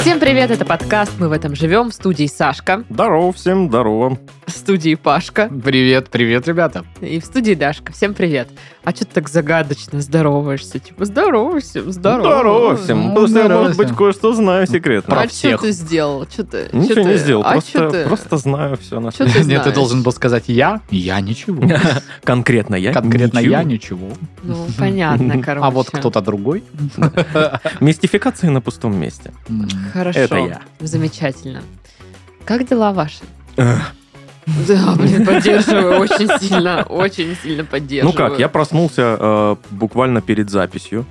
Всем привет, это подкаст «Мы в этом живем» в студии Сашка, Здорово всем, здорово. в студии Пашка Привет, привет, ребята. и в студии Дашка. Всем привет. А что ты так загадочно здороваешься? Типа, здорово всем, здорово. Здорово всем. Потому что я, Здорово может быть, всем. кое-что знаю секретно. Про а что всех. ты сделал? Что ты? чё Ничего не ты- сделал, а просто, чё ты? просто знаю все на Чё ты Нет, ты знаешь? должен был сказать я, я ничего. Конкретно я? Конкретно Ничего. я ничего. Ну, понятно, короче. А вот кто-то другой. Мистификации на пустом месте. м, Хорошо. Это я. Замечательно. Как дела ваши? Да, блин, поддерживаю очень сильно, очень сильно Ну поддерживаю. как, я проснулся э, буквально перед записью,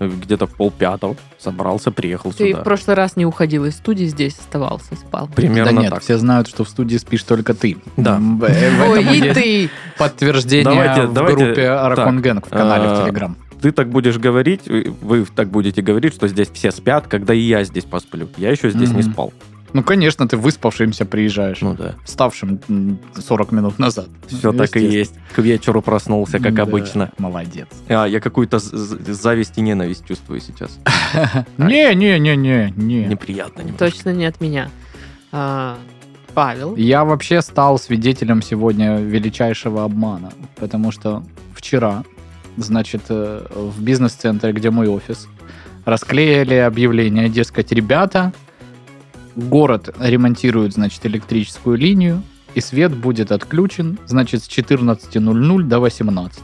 э, где-то в полпятого, собрался, приехал Ты в сюда. прошлый раз не уходил из студии, здесь оставался, спал. Да Примерно нет, так. все знают, что в студии спишь только ты. Да. М, э, в этом Ой, и есть ты! Подтверждение Давайте- в давайте группе Аракон Гэнг в канале А, в Телеграм. Ты так будешь говорить, э, вы так будете говорить, что здесь все спят, когда и я здесь посплю. Я еще здесь не Мгм. спал. Ну, конечно, ты выспавшимся приезжаешь. Ну да. Вставшим м, 40 минут назад. Все Ну, так и естественно. есть. К вечеру проснулся, как Да. обычно. Молодец. А, я какую-то з- з- зависть и ненависть чувствую сейчас. Не-не-не-не. не. Неприятно немножко. Точно не от меня. А, Павел. Я вообще стал свидетелем сегодня величайшего обмана, потому что вчера, значит, э, в бизнес-центре, где мой офис, расклеили объявление, дескать, ребята, город ремонтирует, значит, электрическую линию, и свет будет отключен, значит, с 14.00 до 18.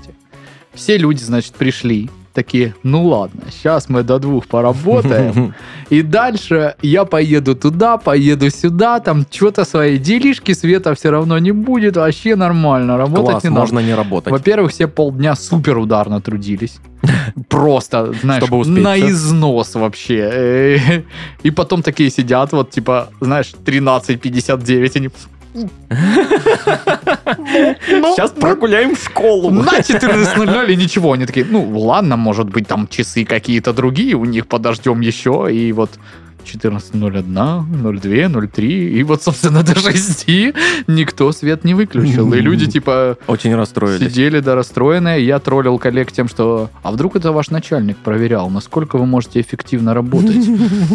Все люди, значит, пришли, такие, ну ладно, сейчас мы до двух поработаем, и дальше я поеду туда, поеду сюда, там что-то свои делишки, света все равно не будет, вообще нормально, работать Класс, не надо. можно не работать. Во-первых, все полдня супер ударно трудились. Просто, знаешь, Чтобы успеть, на да? износ вообще. И потом такие сидят, вот типа, знаешь, 13.59, они... Сейчас Ну, прогуляем в школу. «Ну, На 14.00 и ничего. Они такие, ну ладно, может быть, там часы какие-то другие, у них подождем еще. И вот 14.01, 02, 03, и вот, собственно, до 6 никто свет не выключил. И люди, типа, Очень расстроились. сидели, да, расстроенные. Я троллил коллег тем, что, а вдруг это ваш начальник проверял, насколько вы можете эффективно работать.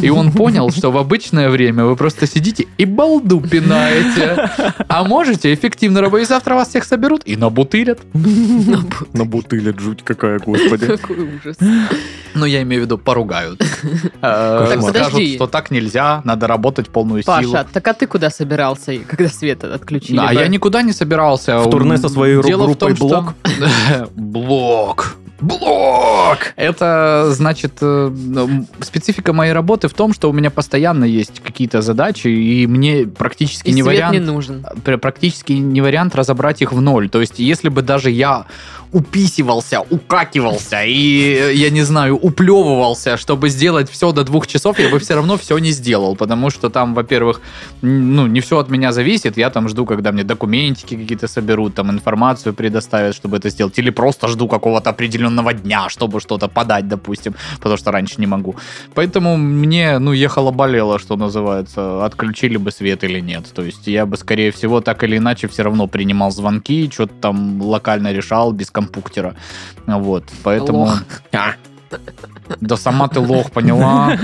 И он понял, что в обычное время вы просто сидите и балду пинаете. А можете эффективно работать. И завтра вас всех соберут и набутырят. На бутыле жуть какая, господи. Какой ужас. Ну, я имею в виду, поругают. Так, Э, Скажут, подожди. что так нельзя, надо работать полную силу. Паша, так а ты куда собирался, когда свет отключили? Да, а я никуда не собирался. В турне со своей Дело в том, рок-группой что- Блок. Блок! Это, значит, э, м, специфика моей работы в том, что у меня постоянно есть какие-то задачи, и мне практически И не свет не вариант нужен. пр- практически не вариант разобрать их в ноль. То есть, если бы даже я уписывался, укакивался и, э, я не знаю, уплевывался, чтобы сделать все до двух часов, я бы все равно все не сделал, потому что там, во-первых, н- ну, не все от меня зависит, я там жду, когда мне документики какие-то соберут, там информацию предоставят, чтобы это сделать, или просто жду какого-то определенного дня, чтобы что-то подать, допустим, потому что раньше не могу. Поэтому мне, ну, ехало-болело, что называется, отключили бы свет или нет. То есть я бы, скорее всего, так или иначе все равно принимал звонки, что-то там локально решал без компуктера. Вот, поэтому... Лох. А. Да сама ты лох, поняла?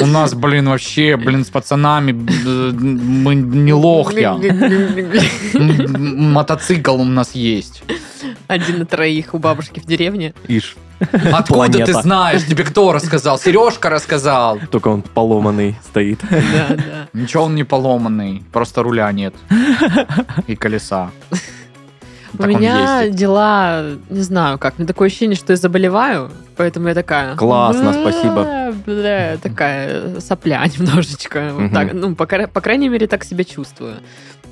У нас, блин, вообще, блин, с пацанами, э, мы не лох я. М, Мотоцикл у нас есть. Один на троих у бабушки в деревне. Ишь, Откуда ты Планета. знаешь? Тебе кто рассказал? Сережка рассказал. только он поломанный стоит. Да, да. Ничего он не поломанный, просто руля нет. И колеса. У Так он меня ездит. дела, не знаю как, у меня такое ощущение, что я заболеваю, поэтому я такая... Классно, «Бля, спасибо». Бля, такая сопля немножечко. Вот Мгм. так, ну, по, кра- по крайней мере, так себя чувствую.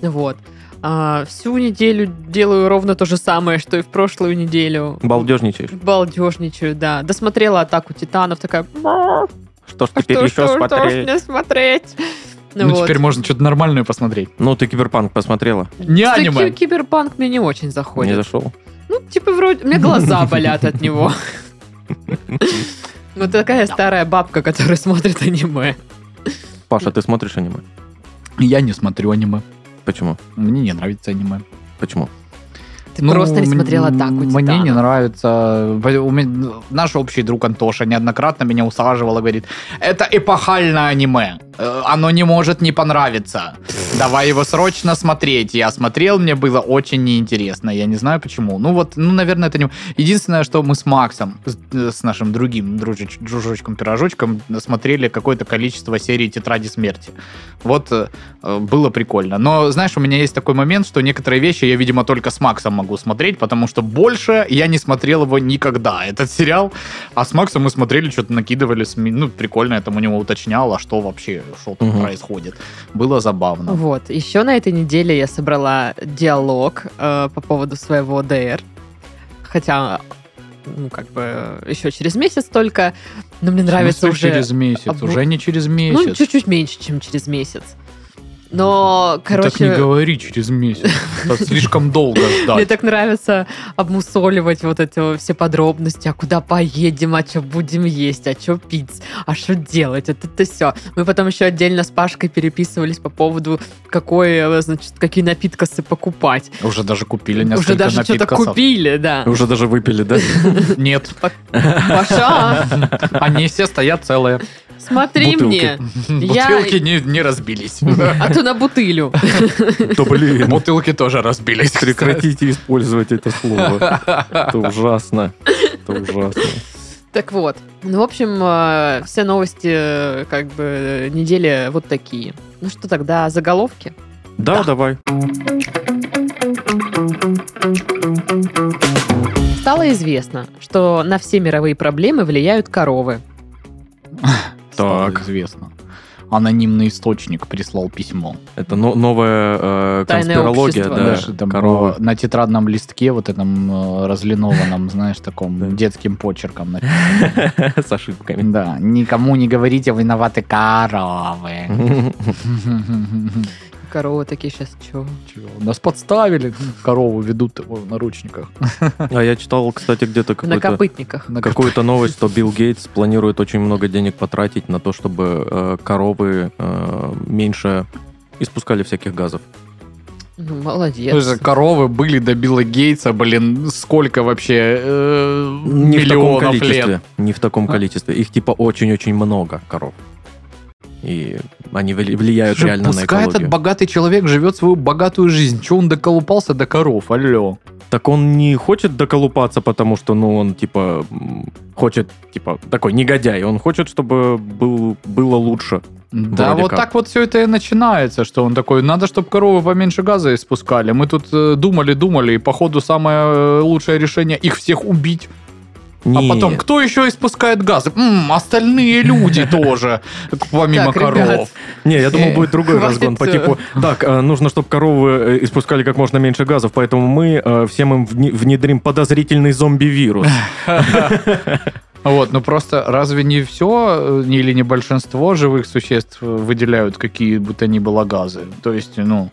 Вот. А, всю неделю делаю ровно то же самое, что и в прошлую неделю. Балдежничаешь. Балдежничаю, да. Досмотрела «Атаку титанов», такая... «М, Что ж а теперь что, еще что, что ж смотреть? мне смотреть? Ну, вот. теперь можно что-то нормальное посмотреть. Ну, ты Киберпанк посмотрела? Не Кстати, аниме. Киберпанк мне не очень заходит. Не зашел? Ну, типа, вроде... У меня глаза болят от него. Ну, такая старая бабка, которая смотрит аниме. Паша, ты смотришь аниме? Я не смотрю аниме. Почему? Мне не нравится аниме. Почему? Ты просто не Ну, м- смотрел атаку Мне не Титанов». нравится. Во- у меня- Наш общий друг Антоша неоднократно меня усаживал и говорит, это эпохальное аниме. Э, Оно не может не понравиться. Давай его срочно смотреть. Я смотрел, мне было очень неинтересно. Я не знаю почему. Ну вот, ну, наверное, это не... Единственное, что мы с Максом, с, э, с нашим другим дружеч- дружочком-пирожочком смотрели какое-то количество серий «Тетради смерти». Вот э, э, было прикольно. Но, знаешь, у меня есть такой момент, что некоторые вещи я, видимо, только с Максом могу смотреть, потому что больше я не смотрел его никогда, этот сериал. А с Максом мы смотрели, что-то накидывали, сми- ну, прикольно, я там у него уточнял, а что вообще, что там Мгм. происходит. Было забавно. Вот. Еще на этой неделе я собрала диалог э, по поводу своего ОДР. Хотя, ну, как бы, еще через месяц только. Но мне нравится В смысле, уже... Ну, через месяц, обу- уже не через ну, месяц. чуть-чуть меньше, чем через месяц. Но, Ну, короче... так не говори через месяц. Это слишком долго Мне ждать. так нравится обмусоливать вот эти вот все подробности, а куда поедем, а что будем есть, а что пить, а что делать, это то все. Мы потом еще отдельно с Пашкой переписывались по поводу, какой, э, значит, какие напиткасы покупать. Уже даже купили несколько Уже даже что-то напитков. купили, да. Уже даже выпили, да? Нет, Паша, они все стоят целые. смотри Бутылки. мне, Я- Бутылки не, не разбились. а то на бутылю. Да блин, Бутылки тоже разбились. кстати. прекратите использовать это слово. Это ужасно. Это ужасно. Так вот, ну, в общем, э, все новости, э, как бы, недели вот такие. Ну что тогда, заголовки? Да, давай. Стало известно, что на все мировые проблемы влияют коровы. Стало Так. Известно. Анонимный источник прислал письмо. Это но- новая э, Тайное конспирология, общество. да. Знаешь, там корова. На тетрадном листке, вот этом э, разлинованном, знаешь, Да. таком детским почерком. написано. С ошибками. Да, никому не говорите, виноваты коровы. А Коровы такие сейчас, чё? Чё, Нас подставили. Корову ведут его в наручниках. А я читал, кстати, где-то На какой-то копытниках. На Какую-то новость, что Билл Гейтс планирует очень много денег потратить на то, чтобы э, коровы э, меньше испускали всяких газов. Ну, Слушай, молодец. коровы были до Билла Гейтса, блин, сколько вообще э, в таком миллионов количестве. лет. Не в таком А. количестве. Их типа очень-очень много коров. И они вли- влияют Слушай, реально на Пускай экологию. этот богатый человек живет свою богатую жизнь. Че он доколупался до коров? Алло. Так он не хочет доколупаться, потому что, ну, он типа м, хочет, типа, такой негодяй. Он хочет, чтобы был, было лучше. Да, Вроде вот как. так вот все это и начинается, что он такой, надо, чтобы коровы поменьше газа испускали. Мы тут э, думали, думали, и походу самое э, лучшее решение их всех убить. Не, А потом, кто еще испускает газы? М, остальные люди тоже, помимо Так, ребят, коров. не, я думал, Э, будет другой хватит, разгон по э. типу, так, э, нужно, чтобы коровы э, испускали как можно меньше газов, поэтому мы э, всем им вне- внедрим подозрительный зомби-вирус. Вот, ну просто разве не все или не большинство живых существ э, выделяют какие бы то ни было газы? То есть, ну,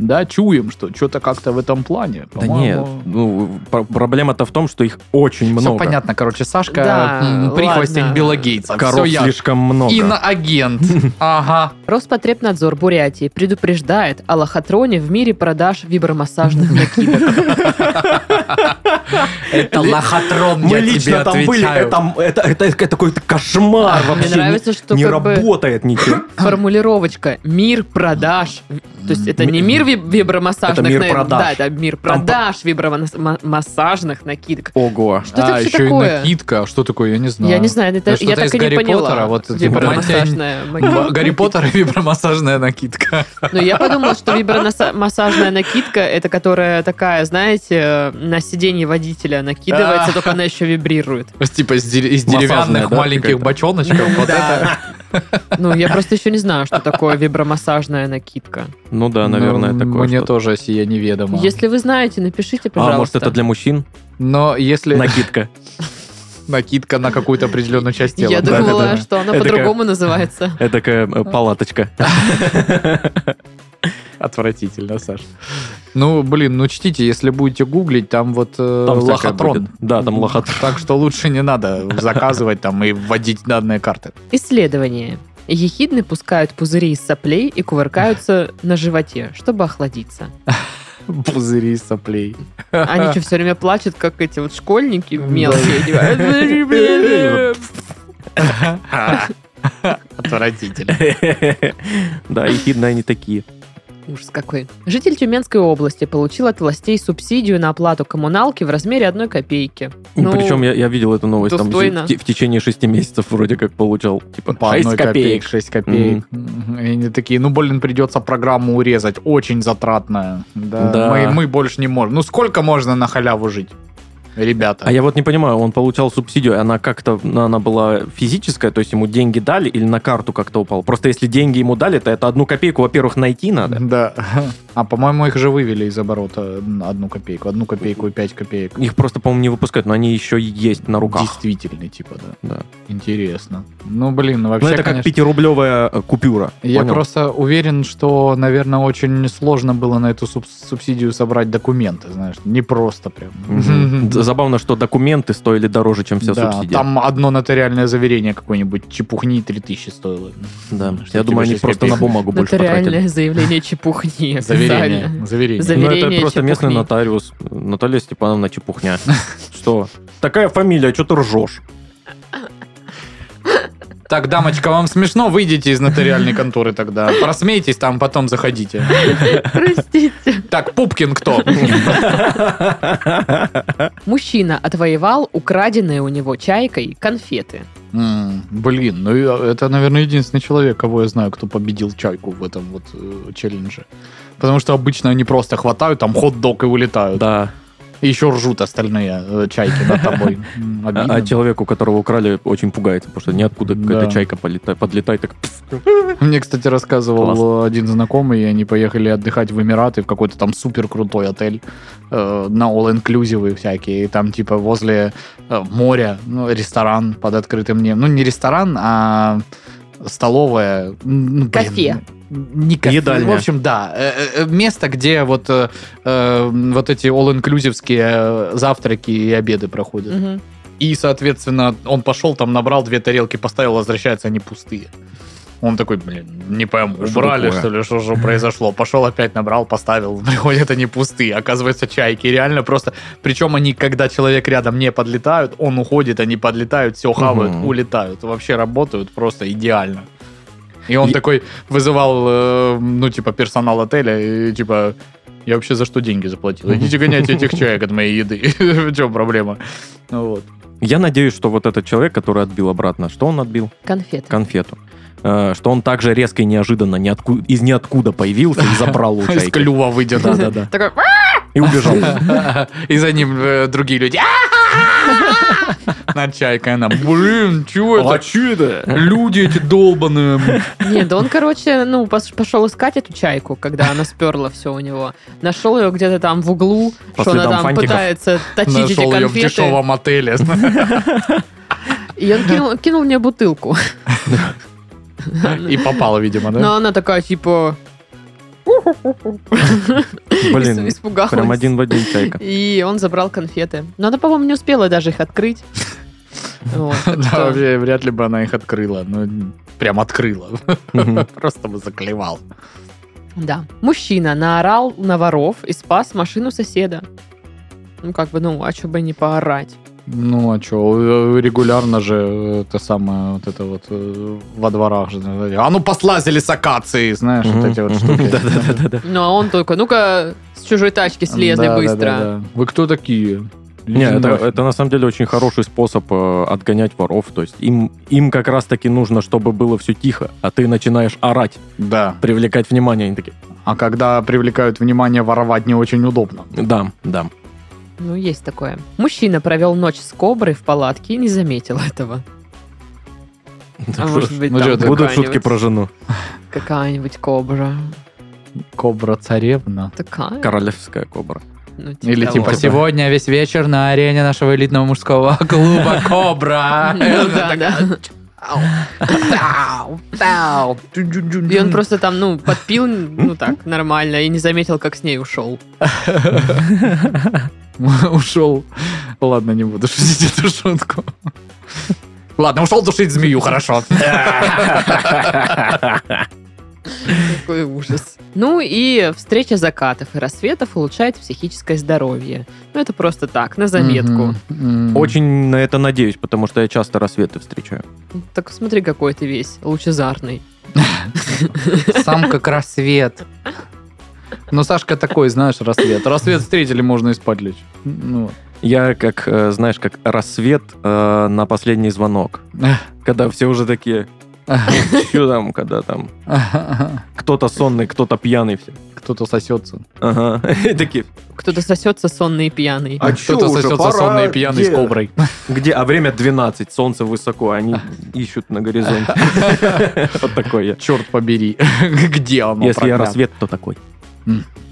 да, чуем, что что-то как-то в этом плане. Да нет, по-моему. ну, про- проблема-то в том, что их очень Все много. понятно, короче, Сашка Да, м, прихвостень ладно. Билла Гейтса. Всё Коров ясно. слишком много. Иноагент. Ага. Роспотребнадзор Бурятии предупреждает о лохотроне в мире продаж вибромассажных накидок. Это лохотрон, Мы лично там были, это, это, это, это какой-то кошмар Мне вообще. нравится, что не не как бы работает ничего. формулировочка «мир продаж». То есть это не мир виб- вибромассажных... Это мир на- продаж. Да, это мир Там продаж вибромассажных накидок. Ого. Что это а, вообще еще и такое? накидка. Что такое, я не знаю. Я не знаю, ну, это- Это что-то я так из и не Гарри Поттера, поняла. вот, типа, Вибромассажная М, накидка. Гарри Поттер и вибромассажная накидка. Но я подумала, что вибромассажная накидка, это которая такая, знаете, на сиденье водителя накидывается, А. только она еще вибрирует. То есть, Типа из дери- типа из Массажная, деревянных да, маленьких какая-то? бочоночков. Вот это. Ну, я просто еще не знаю, что такое вибромассажная накидка. Ну да, наверное, Ну, такое Мне что-то. тоже сие неведомо. Если вы знаете, напишите, пожалуйста. А может это для мужчин? Но если Накидка. накидка на какую-то определенную часть тела. Я да, думала, да, да. что она Это по-другому называется. Это такая э, Э, палаточка. А Отвратительно, Саш. Ну, блин, ну чтите, если будете гуглить, там вот э, Там всякое лохотрон. будет. Да, там лохотрон. Так что лучше не надо заказывать там и вводить данные карты. Исследование. Ехидны пускают пузыри из соплей и кувыркаются на животе, чтобы охладиться. Пузыри из соплей. Они что, все время плачут, как эти вот школьники мелкие? Отвратительно. Да, ехидно они такие. Ужас какой. Житель Тюменской области получил от властей субсидию на оплату коммуналки в размере одной копейки. Ну, Причем я, я видел эту новость. Там достойно. в, те- в течение шести месяцев вроде как получал типа По шесть одной копеек. 6 копеек. Мгм. И они такие, ну, блин, придется программу урезать. Очень затратная. Да. Да. Мы, мы больше не можем. Ну, сколько можно на халяву жить? Ребята. А я вот не понимаю, он получал субсидию, она как-то, ну, она была физическая, то есть ему деньги дали или на карту как-то упал? Просто если деньги ему дали, то это одну копейку, во-первых, найти надо. Да. А, по-моему, их же вывели из оборота на одну копейку. Одну копейку и пять копеек. Их просто, по-моему, не выпускают, но они еще и есть на руках. Действительный, типа, да. Да. Интересно. Ну, блин, Ну, вообще, это как конечно, пятирублевая э, купюра. Я Понял? просто уверен, что, наверное, очень сложно было на эту суб- субсидию собрать документы, знаешь, не просто прям. Мгм. Д- Забавно, что документы стоили дороже, чем вся Да, субсидия. там одно нотариальное заверение какое-нибудь чепухни 3000 стоило. Да. Что Я тебе думаю, они шесть просто на копеек. Ну, бумагу больше потратили. Нотариальное заявление чепухни. Заверение. официально. Заверение. Заверение. Ну, это просто чепухни. местный нотариус. Наталья Степановна Чепухня. Что? Такая фамилия, что ты ржешь? Так, дамочка, вам смешно? Выйдите из нотариальной конторы тогда. Просмейтесь там, потом заходите. Простите. Так, Пупкин кто? Мужчина отвоевал украденные у него чайкой конфеты. М, Блин, ну я- это, наверное, единственный человек, кого я знаю, кто победил чайку в этом вот э, челлендже. Потому что обычно они просто хватают там хот-дог и улетают. Да. И еще ржут остальные э, чайки над тобой. М, А, обидно. а человек, у которого украли, очень пугается, потому что ниоткуда какая-то Да. чайка полетает, подлетает, так пф, Мне, кстати, рассказывал один знакомый, и они поехали отдыхать в Эмираты в какой-то там супер крутой отель э, на all-inclusive всякие. И там типа возле э, моря ну, ресторан под открытым небом. Ну, не ресторан, а столовая. Ну, блин, Кафе. Не кафе. Едальня. В общем, да. э, э, Место, где вот, э, э, вот эти all-inclusive завтраки и обеды проходят. Мгм. И, соответственно, он пошел, там набрал две тарелки, поставил, возвращаются они пустые. Он такой, блин, не пойму, Что убрали, такое? что ли, что же произошло? Пошел опять, набрал, поставил, приходят они пустые. Оказывается, чайки реально просто... Причем они, когда человек рядом не подлетают, он уходит, они подлетают, все хавают, Мгм. улетают. Вообще работают просто идеально. И он Я- такой вызывал, э, ну, типа, персонал отеля, и, типа, я вообще за что деньги заплатил? Идите гоняйте этих чаек от моей еды. В чем проблема? Ну вот. Я надеюсь, что вот этот человек, который отбил обратно, что он отбил? Конфеты. Конфету. Э, Что он также резко и неожиданно ниотку- из ниоткуда появился и забрал у Из чайки. клюва выйдет. Да-да-да. Такой, И убежал. И за ним э, другие люди. На чайка она. Блин, чего это? че это? Люди эти долбаные. Нет, да он, короче, ну, пос- пошел искать эту чайку, когда она сперла все у него. Нашел ее где-то там в углу, По что она следам там фантиков. пытается точить эти Нашел ее в конфеты. дешевом отеле. И он кинул, кинул мне бутылку. И попала, видимо, да? Но она такая, типа, Блин, ис- испугалась. прям один в один чайка. И он забрал конфеты. Но она, по-моему, не успела даже их открыть. Вот, так Да, что- вообще, вряд ли бы она их открыла. Ну, прям открыла. Мгм. Просто бы заклевал. Да. Мужчина наорал на воров и спас машину соседа. Ну, как бы, ну, а что бы не поорать? Ну, а что, регулярно же э, это самое, вот это вот, э, во дворах же. э, А ну, послазили с акации, знаешь, вот эти вот штуки. Да-да-да-да. Ну, а он только, ну-ка, с чужой тачки слезли Да, да, быстро. да, да. Вы кто такие? Не, Идите это, нафиг. это на самом деле очень хороший способ э, отгонять воров. То есть им, им как раз таки нужно, чтобы было все тихо, а ты начинаешь орать, Да. привлекать внимание. Они такие, А когда привлекают внимание, воровать не очень удобно. дам, дам. Ну, есть такое. Мужчина провел ночь с коброй в палатке и не заметил этого. А может быть, Ну, там чё ты? Будут какая-нибудь- шутки про жену. Какая-нибудь кобра. Кобра царевна. Такая. Королевская кобра. Ну, типа Или того. типа сегодня весь вечер на арене нашего элитного мужского клуба Кобра. Ну, да, да. э, И он просто там, ну, подпил, ну так, нормально, и не заметил, как с ней ушел. Ушел. Ладно, не буду шутить эту шутку. Ладно, ушел душить змею, хорошо. Какой ужас. Ну и встреча закатов и рассветов улучшает психическое здоровье. Ну это просто так, на заметку. Мгм, мгм. Очень на это надеюсь, потому что я часто рассветы встречаю. Ну, Так смотри, какой ты весь лучезарный. Сам как рассвет. Но Сашка такой, знаешь, рассвет. Рассвет встретили, можно и спать лечь. Ну, Я как, э, знаешь, как рассвет э, на последний звонок. Когда все уже такие, что там, когда там кто-то сонный, кто-то пьяный. Все. Кто-то сосется. Ага. И такие, Кто-то сосется сонный и пьяный. А чё Кто-то уже, сосется пора, сонный и пьяный с где? коброй. где? А время 12, солнце высоко, они ищут на горизонте. Вот такой я. Черт побери. Где оно? Если я проклятое? рассвет, то такой.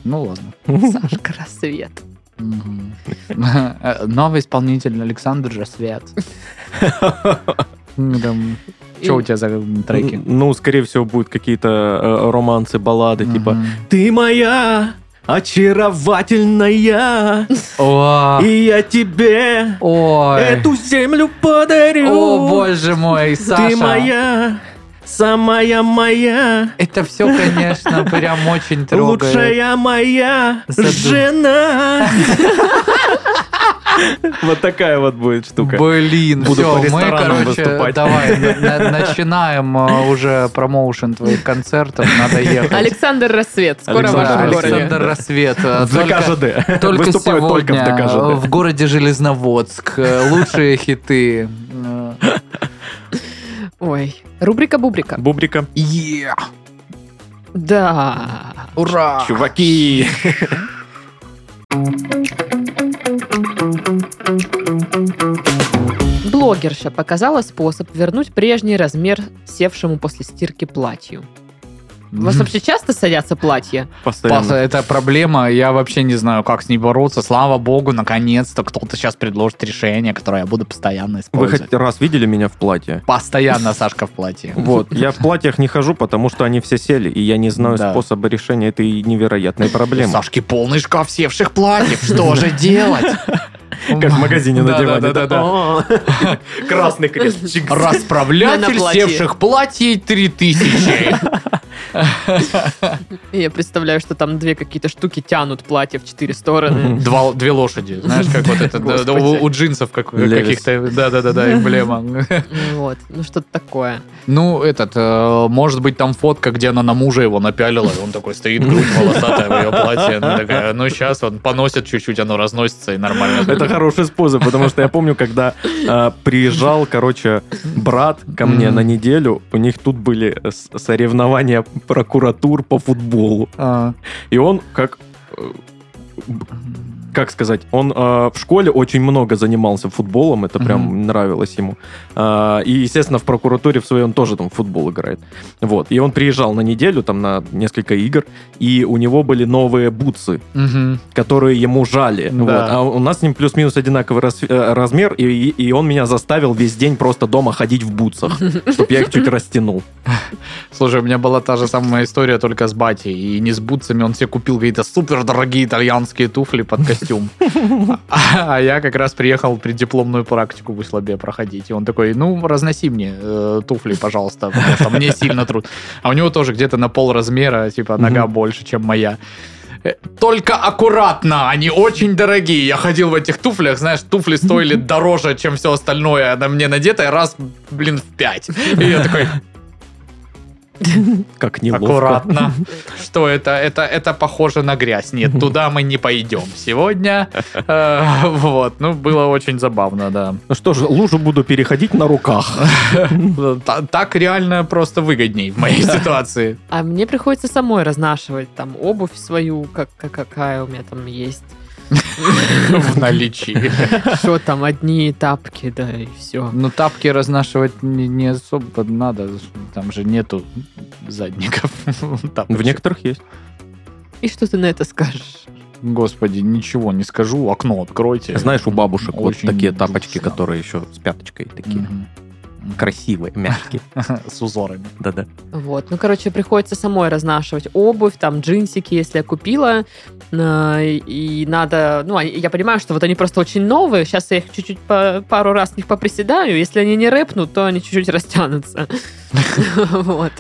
Ну ладно. Сашка рассвет. Мгм. Э, Новый исполнитель Александр Рассвет. Ну, там, Что у тебя за м, треки? Ну, скорее всего, будут какие-то э, романсы, баллады, типа Мгм. Ты моя очаровательная, О, и я тебе ой. эту землю подарю. О, боже мой, Саша. Ты моя, самая моя, Это все, конечно, прям очень трогает. лучшая моя Саду. жена. Вот такая вот будет штука. Блин, Буду все, по мы, ресторанам короче, выступать. давай, на- на- начинаем э, уже промоушен твоих концертов, надо ехать. Александр Рассвет, скоро в Да, вашем Александр городе. Александр Рассвет. э, В только- ДКЖД. Только Выступаю сегодня только в э, ДКЖД. в городе Железноводск. э, Лучшие хиты. Э, Ой, рубрика Бубрика. Бубрика. е, Да. Ура! Чуваки. Блогерша показала способ вернуть прежний размер севшему после стирки платью. У вас вообще часто садятся платья? Постоянно. это проблема, я вообще не знаю, как с ней бороться. Слава богу, наконец-то кто-то сейчас предложит решение, которое я буду постоянно Вы использовать. хоть раз видели меня в платье? Постоянно Сашка в платье. Вот, я в платьях не хожу, потому что они все сели, и я не знаю Да. способа решения этой невероятной У проблемы. Сашки полный шкаф севших платьев. Что же делать? Как в магазине на диване. Да-да-да-да-да. да? О, Красный крест. чик. Расправлятель Моноплатье. севших платьей 3000. Я представляю, что там две какие-то штуки тянут платье в четыре стороны. Мгм. Два, две лошади, знаешь, как вот это, да, да, у, у джинсов как- Левис. каких-то, да-да-да, эмблема. Вот, ну что-то такое. Ну, этот, э, может быть, там фотка, где она на мужа его напялила, и он такой стоит, грудь волосатая в ее платье, она такая, ну, сейчас он поносит чуть-чуть, оно разносится, и нормально. Это хороший способ, потому что я помню, когда э, приезжал, короче, брат ко мне Мгм. на неделю, у них тут были э, с- соревнования прокуратур по футболу. А. И он, как, э, как сказать, он э, в школе очень много занимался футболом, это прям нравилось ему. А, и, естественно, в прокуратуре в своей он тоже там в футбол играет. Вот. И он приезжал на неделю, там, на несколько игр, и у него были новые бутсы, Мгм. которые ему жали. Да. Вот. А у нас с ним плюс-минус одинаковый раз- э, размер, и, и- и он меня заставил весь день просто дома ходить в бутсах, чтобы я их чуть растянул. Слушай, у меня была та же самая история, только с Бати. И не с бутсами, он себе купил какие-то супер дорогие итальянские туфли под костюм. А а я как раз приехал преддипломную практику в Услабе проходить. И он такой, ну, разноси мне э, туфли, пожалуйста, потому что мне сильно трудно. А у него тоже где-то на пол размера, типа, нога Мгм. больше, чем моя. Э, Только аккуратно, они очень дорогие. Я ходил в этих туфлях, знаешь, туфли стоили дороже, чем все остальное на мне надетое, раз, блин, в пять. И я такой, Как неловко. Аккуратно. Что это? Это это похоже на грязь. Нет, туда мы не пойдем сегодня. Э, Вот, ну было очень забавно, да. Ну что же, лужу буду переходить на руках. Та- Так реально просто выгодней в моей ситуации. А мне приходится самой разнашивать там обувь свою, как, как- какая у меня там есть. В наличии. Что там, одни тапки, да, и все. Ну тапки разнашивать не, не особо надо, там же нету задников. В тапочек. некоторых есть. И что ты на это скажешь? Господи, ничего не скажу, окно откройте. Знаешь, у бабушек вот Очень такие тапочки, душно. которые еще с пяточкой такие Мгм. Мгм. красивые, мягкие. С узорами. Да-да. Вот, ну, короче, приходится самой разнашивать обувь, там, джинсики, если я купила, э, и надо, ну, они- я понимаю, что вот они просто очень новые, сейчас я их чуть-чуть по- пару раз в них поприседаю, если они не рэпнут, то они чуть-чуть растянутся. Вот.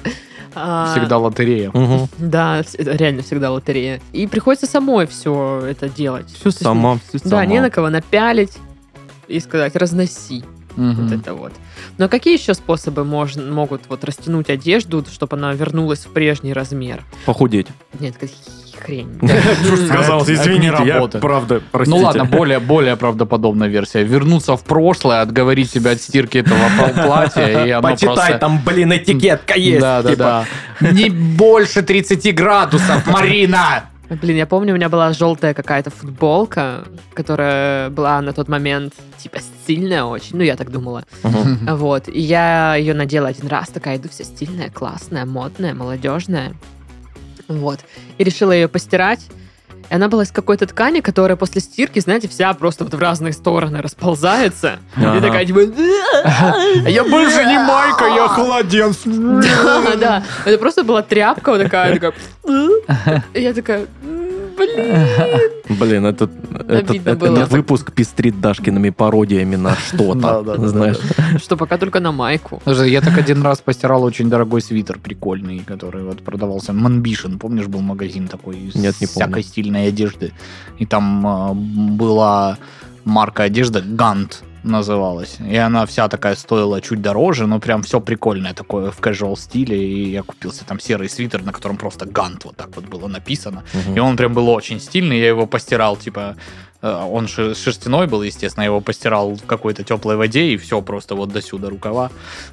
А, Всегда лотерея. Мгм. Да, вс- это реально всегда лотерея. И приходится самой все это делать. Всё с- Сама. Да, сама. не на кого напялить и сказать «разноси». Вот это вот. Но какие еще способы можно, могут вот растянуть одежду, чтобы она вернулась в прежний размер? Похудеть. Нет, какие хрень. Чушь сказал, Это- это не извините, я работает. правда, Ну простите. ладно, более, более правдоподобная версия. Вернуться в прошлое, отговорить себя от стирки этого пла- платья, Э, и оно Почитай, просто... там, блин, этикетка есть. да, да, типа. да. Не больше 30 градусов, Марина! Блин, я помню, у меня была желтая какая-то футболка, которая была на тот момент типа стильная очень, ну я так думала. Мгм. Вот, и я ее надела один раз, такая иду вся стильная, классная, модная, молодежная. Вот, и решила ее постирать. И она была из какой-то ткани, которая после стирки, знаете, вся просто вот в разные стороны расползается. И Ага. такая типа... Я больше не майка, я холодец. Да, да. Это просто была тряпка вот такая. такая. И Я такая... «М, Блин. Блин, этот, этот, Обидно этот было. выпуск пестрит Дашкиными пародиями на Да, что-то, да, да, знаешь. Что пока только на майку. Слушай, я так один раз постирал очень дорогой свитер прикольный, который вот продавался. Манбишин, помнишь, был магазин такой из Нет, не помню. всякой стильной одежды. И там э, была марка одежды Гант называлась. И она вся такая стоила чуть дороже, но прям все прикольное такое в casual стиле. И я купился там серый свитер, на котором просто Гант вот так вот было написано. Мгм. И он прям был очень стильный, я его постирал, типа, э, он ши- шерстяной был, естественно, я его постирал в какой-то теплой воде, и все просто вот до сюда рукава.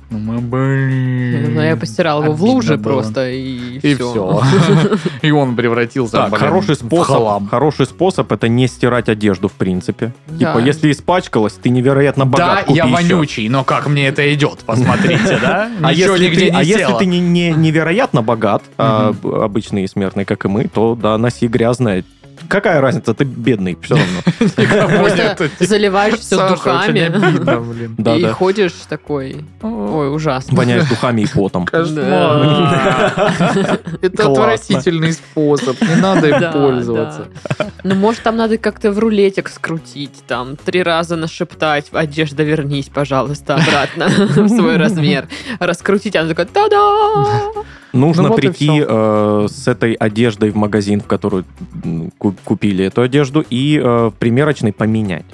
Ну, мы, блин. Но Ну, я постирала его в Обидно луже было. просто, и И все. все. И он превратился Так, блин, хороший в способ, хлам. хороший способ это не стирать одежду, в принципе. Да. Типа, если испачкалась, ты невероятно Да, богат, купи я еще. вонючий, но как мне это идет, посмотрите, да? А Ничего если, нигде ты, а не если село. ты не, не- невероятно богат, а, б- обычный и смертный, как и мы, то да, носи грязное. Какая разница, ты бедный, все равно. Никому нет. Просто заливаешь все типа, Саша, очень духами. обидно, блин. Да, И да. ходишь такой, ой, ужасно. Воняешь духами и потом. Кошмар. Это Классно. отвратительный способ, не надо Да, им пользоваться. да. Ну, может, там надо как-то в рулетик скрутить, там, три раза нашептать, одежда, вернись, пожалуйста, обратно в свой размер. Раскрутить, она такая, та-да! Нужно Ну вот и прийти э, с этой одеждой в магазин, в которую м, ку- купили эту одежду, и э, в примерочной поменять.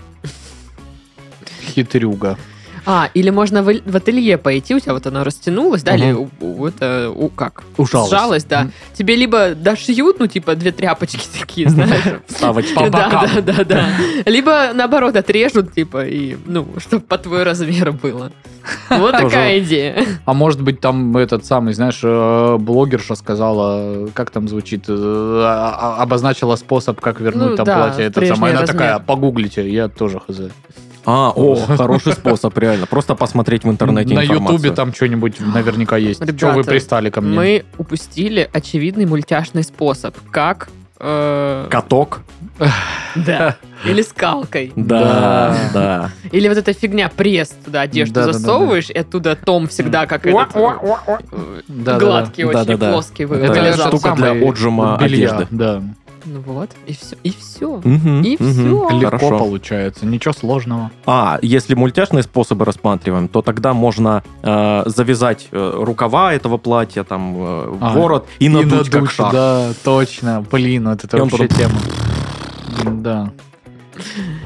Хитрюга. А, или можно в, в ателье пойти, у тебя вот оно растянулось, да, Мгм. или у- у- это, у, как? Ужалось. Сжалось, да. М. Тебе либо дошьют, ну, типа, две тряпочки такие, знаешь. Вставочки. По бокам. Да, да, да, да. Либо, наоборот, отрежут, типа, и, ну, чтобы по твой размер было. Вот Тоже такая идея. А может быть, там этот самый, знаешь, э, блогерша сказала, э, как там звучит, э, а- а- обозначила способ, как вернуть Ну там да, платье. Это прежний самое. Она размер. такая, погуглите, я тоже хз. А, о, хороший способ, реально. Просто посмотреть в интернете На информацию. ютубе там что-нибудь наверняка есть. Че Ребята, вы пристали ко мне? Мы упустили очевидный мультяшный способ, как... э, Каток? Да. Или скалкой. Да, да. Или вот эта фигня, пресс туда одежду Да-да-да-да. засовываешь, и оттуда том всегда как этот... э, Да, да, гладкий да. очень, Да-да-да. плоский вы- Это Это вылезал. штука самый для отжима белья, одежды. Да. Ну вот, и все. И все. Мгм, И мгм, всё. Легко Хорошо. получается, ничего сложного. А, если мультяшные способы рассматриваем, то тогда можно э, завязать э, рукава этого платья, там, э, А, ворот и надуть, как шар. Да, точно. Блин, вот это И он вообще потом- тема. Да.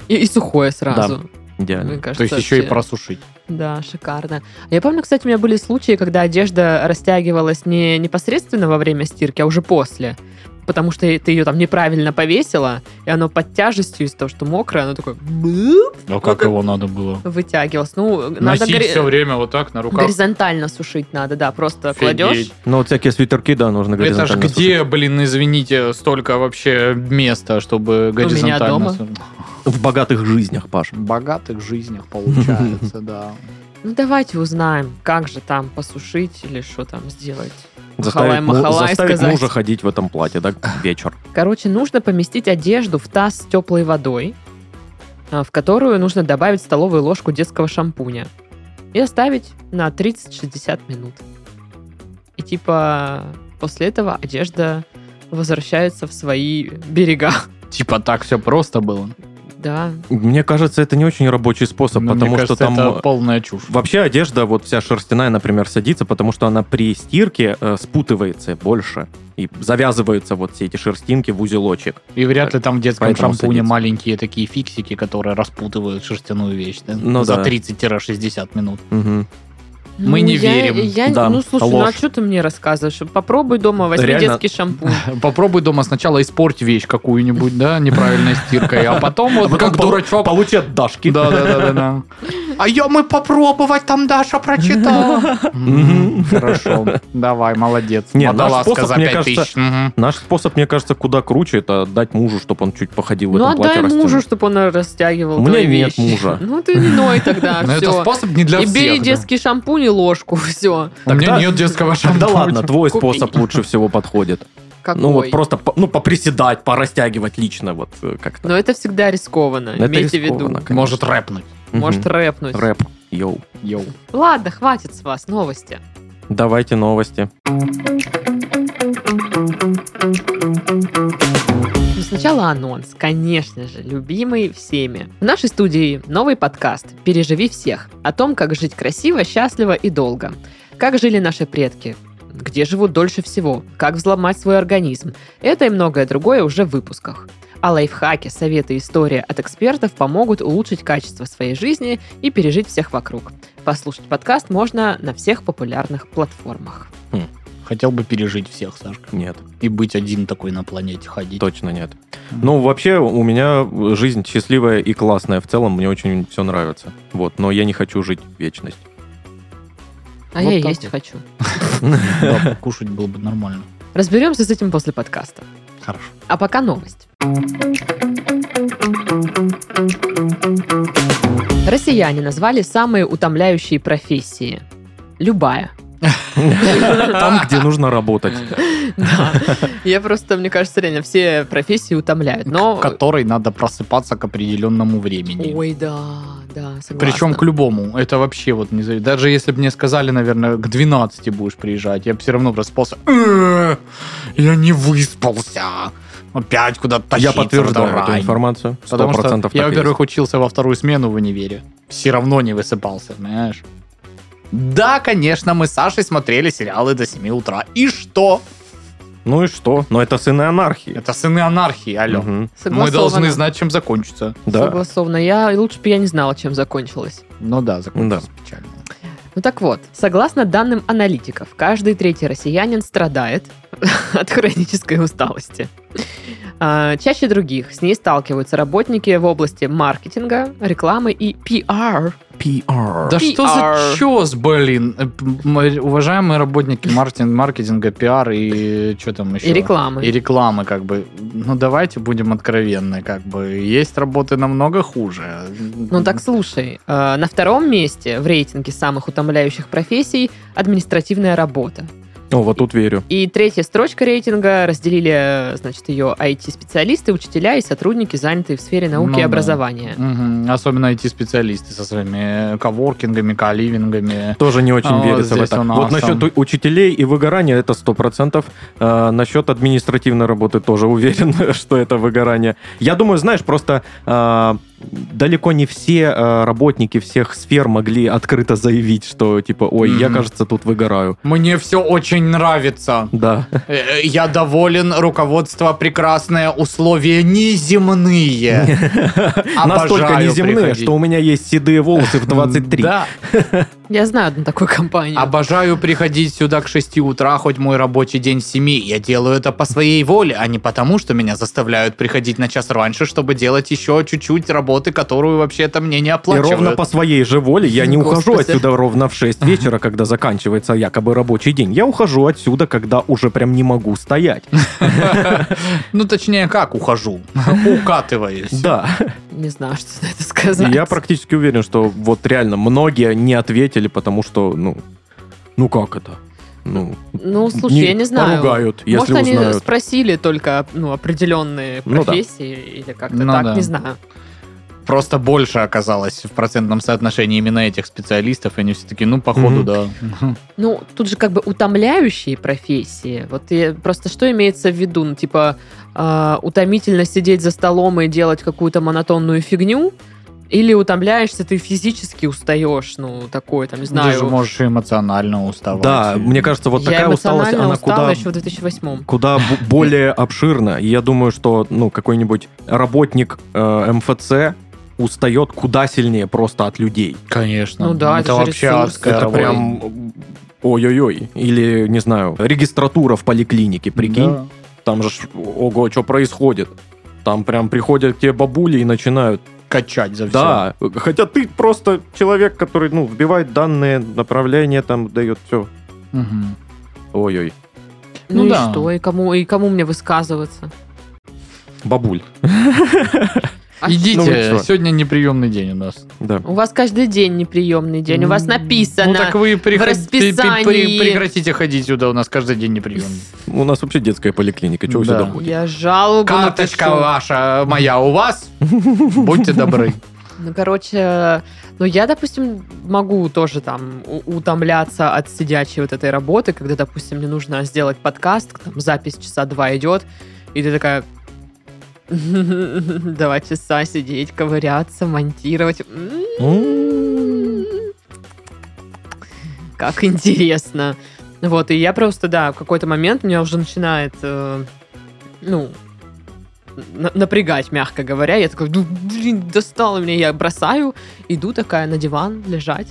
И, и сухое сразу. Мне Идеально. кажется, То есть еще и вообще. просушить. Да, шикарно. Я помню, кстати, у меня были случаи, когда одежда растягивалась не непосредственно во время стирки, а уже после. Потому что ты ее там неправильно повесила, и оно под тяжестью из того, что мокрое, оно такое «буп» А как его надо было? вытягивалось. Ну, надо Носить гори- все время вот так на руках. горизонтально сушить надо, да. Просто Офигеть. кладешь. Ну, вот всякие свитерки, да, нужно Это ж горизонтально где, блин, извините, столько вообще места, чтобы меня горизонтально... дома. сушить. В богатых жизнях, Паш. богатых жизнях получается, да. Ну, давайте узнаем, как же там посушить или что там сделать. Заставить, му- Махалай-махалай заставить сказать. мужа ходить в этом платье, да, вечер. Короче, нужно поместить одежду в таз с теплой водой, а, в которую нужно добавить столовую ложку детского шампуня и оставить на 30-60 минут. И типа после этого одежда возвращается в свои берега. Ну, Типа так все просто было. да. Мне кажется, это не очень рабочий способ, Ну, потому мне что кажется, там... э, это полная чушь. Вообще одежда, вот вся шерстяная, например, садится, потому что она при стирке э, спутывается больше. И завязываются вот все эти шерстинки в узелочек. И вряд ли там в детском Поэтому шампуне садится. маленькие такие фиксики, которые распутывают шерстяную вещь да, Ну за да. 30-60 минут. Мгм. Мы не Ну, я- верим. я- Да, ну, слушай, ну а ложь. что ты мне рассказываешь? Попробуй дома возьми Реально. детский шампунь. Попробуй дома сначала испорть вещь какую-нибудь, да, неправильной стиркой, а потом вот потом как пол- дурачок. Получи от Дашки. Да, да, да, да, да. А я мы попробовать там Даша прочитала. Мгм. Хорошо. Давай, молодец. Не, Водолазка наш способ, за мне 5 тысяч. Мгм. Наш способ, мне кажется, куда круче, это дать мужу, чтобы он чуть походил в Ну этом отдай платье мужу, растянутом. чтобы он растягивал У меня твои нет вещи. мужа. Ну ты иной тогда, Но Ну, это все. способ не для И бери всех. да. детский шампунь и ложку, все. У меня Тогда- нет детского шампуня. Да ладно, твой Купи. способ лучше всего подходит. Какой? Ну вот просто, по- ну, поприседать, порастягивать лично, вот э, как-то. Но это всегда рискованно, Это имейте в виду. рискованно, конечно. Может рэпнуть. Мгм. Может рэпнуть. Рэп, йоу. Йоу. Ладно, хватит с вас, новости. Давайте новости. Но Ну, сначала анонс, конечно же, любимый всеми. В нашей студии новый подкаст «Переживи всех» о том, как жить красиво, счастливо и долго. Как жили наши предки, где живут дольше всего, как взломать свой организм. Это и многое другое уже в выпусках. А лайфхаки, советы и истории от экспертов помогут улучшить качество своей жизни и пережить всех вокруг. Послушать подкаст можно на всех популярных платформах. Хотел бы пережить всех, Сашка. Нет, И быть один такой на планете ходить. точно нет. Ну, вообще, у меня жизнь счастливая и классная. В целом, мне очень все нравится. Вот, но я не хочу жить вечность. А Вот я так есть вот. хочу. Да, кушать было бы нормально. Разберемся с этим после подкаста. Хорошо. А пока новость. Россияне назвали самые утомляющие профессии. Любая. Там, где нужно работать. Да. Я просто, мне кажется, реально все профессии утомляют. Но... В которой надо просыпаться к определенному времени. Ой, да, да, согласна. Причем к любому. Это вообще вот не зависит. Даже если бы мне сказали, наверное, к 12 будешь приезжать, я бы все равно проспался. «Э, Я не выспался. Опять куда-то Я тащиться в подтверждаю рань». эту информацию. Потому что 100% я, так и во-первых, учился во вторую смену в универе. Все равно не высыпался, знаешь. Да, конечно, мы с Сашей смотрели сериалы до 7 утра. И что? есть. Ну и что? Но это сыны анархии. Это сыны анархии, алло. Мгм. Мы должны Согласованно. знать, чем закончится. Да. Согласованно. Я лучше бы я не знала, чем закончилось. Ну да, закончится печально. Ну так вот, согласно данным аналитиков, каждый третий россиянин страдает от хронической усталости. А, Чаще других с ней сталкиваются работники в области маркетинга, рекламы и пиар. PR. Да что за PR. чес, блин? Э, м- Уважаемые работники маркетинг- маркетинга, пиар и что там еще? И рекламы. И рекламы, как бы. Ну, давайте будем откровенны, как бы. Есть работы намного хуже. Ну так слушай, э, на втором месте в рейтинге самых утомляющих профессий административная работа. О, вот тут верю. И третья строчка рейтинга разделили, значит, ее IT-специалисты, учителя и сотрудники, занятые в сфере науки Ну и да. образования. Мгм. Особенно IT-специалисты со своими э, коворкингами, каливингами. Тоже не очень А, вот верится в здесь это. он Вот awesome. насчет у- учителей и выгорания это 100%. Э, насчет административной работы тоже уверен, что это выгорание. Я думаю, знаешь, просто э, далеко не все э, работники всех сфер могли открыто заявить, что типа, ой, я, Мгм. кажется, тут выгораю. Мне все очень нравится. Да. Э, э, Я доволен, руководство прекрасное, условия неземные. Настолько Обожаю неземные, приходить. что у меня есть седые волосы в 23. Да, Я знаю одну такую компанию. Обожаю приходить сюда к 6 утра, хоть мой рабочий день с 7. Я делаю это по своей воле, а не потому, что меня заставляют приходить на час раньше, чтобы делать еще чуть-чуть работы, которую вообще-то мне не И оплачивают. ровно по своей же воле я не ухожу Господи. отсюда ровно в 6 вечера, когда заканчивается якобы рабочий день. Я ухожу отсюда, когда уже прям не могу стоять. Ну, точнее, как ухожу? Укатываюсь. Да, Не знаю, что на это и сказать. я практически уверен, что вот реально многие не ответили, потому что, ну, ну как это? Ну, Ну, слушай, я не знаю. Поругают, если Может, они узнают. спросили только ну, определенные Ну да. профессии или как-то Ну так, да. не знаю. Просто больше оказалось в процентном соотношении именно этих специалистов, и они все-таки, ну, походу, Мгм. да. Ну, тут же как бы утомляющие профессии. Вот я- просто что имеется в виду? Ну, типа, э, утомительно сидеть за столом и делать какую-то монотонную фигню? Или утомляешься, ты физически устаешь, ну, такое, там, не Ты знаю. же можешь и эмоционально уставать. Да, мне кажется, вот я такая усталость, эмоционально она устала куда еще в 2008 куда б- более обширно. И я думаю, что ну какой-нибудь работник э, МФЦ устает куда сильнее просто от людей. Конечно. Ну да, это это же вообще ресурс. адская Это работа. прям м, ой-ой-ой. Или, не знаю, регистратура в поликлинике, прикинь. Да. Там же, ж, ого, что происходит? Там прям приходят к тебе бабули и начинают. Качать за все. Да, хотя ты просто человек, который, ну, вбивает данные, направление там дает все. Мгм. Ой-ой. Ну, Ну и да. что? И кому, и кому мне высказываться? Бабуль. А Ну вы Идите, чё? сегодня неприемный день у нас. Да. У вас каждый день неприемный день. У вас написано. Ну так вы прихо- пи- пи- расписании. при- прекратите ходить сюда, у нас каждый день неприемный. У нас вообще детская поликлиника, чего вы Да. сюда ходите? Я жалобу Карточка напишу. ваша, моя у вас. Будьте добры. Ну, короче, ну я, допустим, могу тоже там у- утомляться от сидячей вот этой работы, когда, допустим, мне нужно сделать подкаст, там запись часа два идет, и ты такая... Два часа сидеть, ковыряться, монтировать. М. Как интересно. Вот, и я просто, да, в какой-то момент меня уже начинает, э, ну, на- напрягать, мягко говоря. Я такой, ну, блин, достало меня, я бросаю, иду такая на диван лежать,